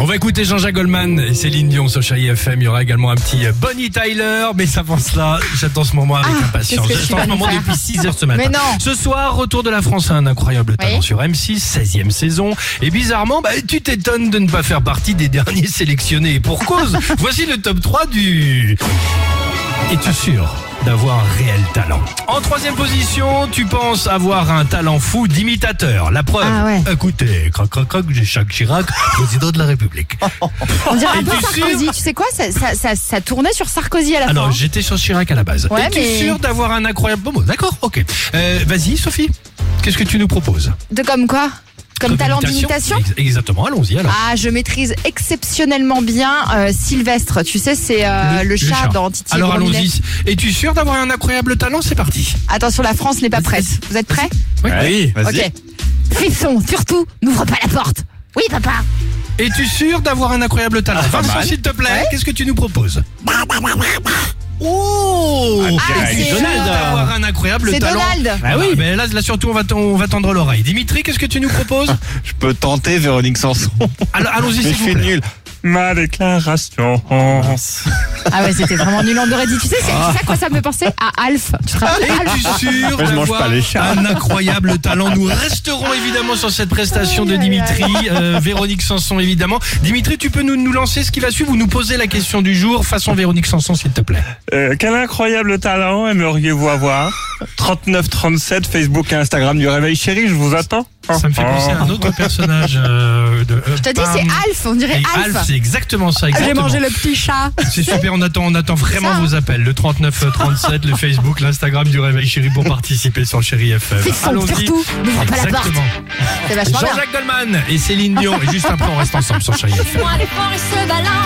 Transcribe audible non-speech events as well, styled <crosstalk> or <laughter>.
On va écouter Jean-Jacques Goldman et Céline Dion sur Chérie FM. Il y aura également un petit euh, Bonnie Tyler, mais ça pense là. J'attends ce moment avec Ah, impatience. qu'est-ce que tu J'attends vas ce nous moment faire depuis 6 heures ce matin. Mais non. Ce soir, retour de la France à un incroyable talent sur M6, 16e saison. Et bizarrement, bah, tu t'étonnes de ne pas faire partie des derniers <laughs> sélectionnés. Et pour cause, <laughs> voici le top 3 du... Es-tu sûr d'avoir un réel talent En troisième position, tu penses avoir un talent fou d'imitateur. La preuve, Ah ouais. écoutez, croc croc croc, j'ai Jacques Chirac, président de la Oh, République. On dirait un Et peu tu Sarkozy. sais- Tu sais quoi ça, ça, ça, ça tournait sur Sarkozy à la Alors, fin. j'étais sur Chirac à la base. Ah, Ouais, Es-tu mais- sûr d'avoir un incroyable... Bon, bon, d'accord, ok. Euh, Vas-y, Sophie, qu'est-ce que tu nous proposes De comme quoi Comme talent imitation d'imitation Ex- Exactement, allons-y alors. Ah, je maîtrise exceptionnellement bien euh, Sylvestre. Tu sais, c'est euh, le, chat, dans Titi et Alors Grosminet. allons-y. Es-tu sûr d'avoir un incroyable talent C'est parti. Attention, la France n'est pas prête. Vous êtes prêts Oui. Ok. Fisson, surtout, n'ouvre pas la porte. Oui, papa. Es-tu sûr d'avoir un incroyable talent Vincent, s'il te plaît, qu'est-ce que tu nous proposes Oh Ah, Est-tu c'est sûr Donald. d'avoir un incroyable C'est talent Donald. Ah oui, mais là, là surtout on va, t- on va tendre l'oreille. Dimitri, qu'est-ce que tu nous proposes Je peux tenter Véronique Sanson. Alors, Allons-y, Mais s'il je vous suis plaît. nul. Ma déclaration. Ah ouais, c'était vraiment nul. On aurait dit. Tu sais, c'est c'est ça quoi ça me fait penser à Alf. Tu te rappelles Alf Es-tu sûr Mais <laughs> je mange d'avoir pas les chats. un incroyable talent Nous resterons évidemment sur cette prestation de Dimitri, euh, Véronique Sanson évidemment. Dimitri, tu peux nous, nous lancer ce qui va suivre ou nous poser la question du jour façon Véronique Sanson s'il te plaît. Euh, quel incroyable talent aimeriez-vous avoir 3937 Facebook et Instagram du Réveil Chéri, je vous attends. Ça me fait penser à un autre personnage euh, de... Je te dis, c'est Alf. On dirait Et Alf. Alf, c'est exactement ça. J'ai Exactement. mangé le petit chat. C'est super, on attend, on attend vraiment Ça, hein. vos appels. Le 39 euh, 37, le Facebook, l'Instagram du Réveil Chéri pour participer sur Chéri FM. Fisson, Allons-y. surtout, n'ouvre pas la porte. Exactement. C'est vachement bien. Jean-Jacques Goldman et Céline Dion. Et juste après, on reste ensemble sur Chéri FM. Moi, les forêts se baladent.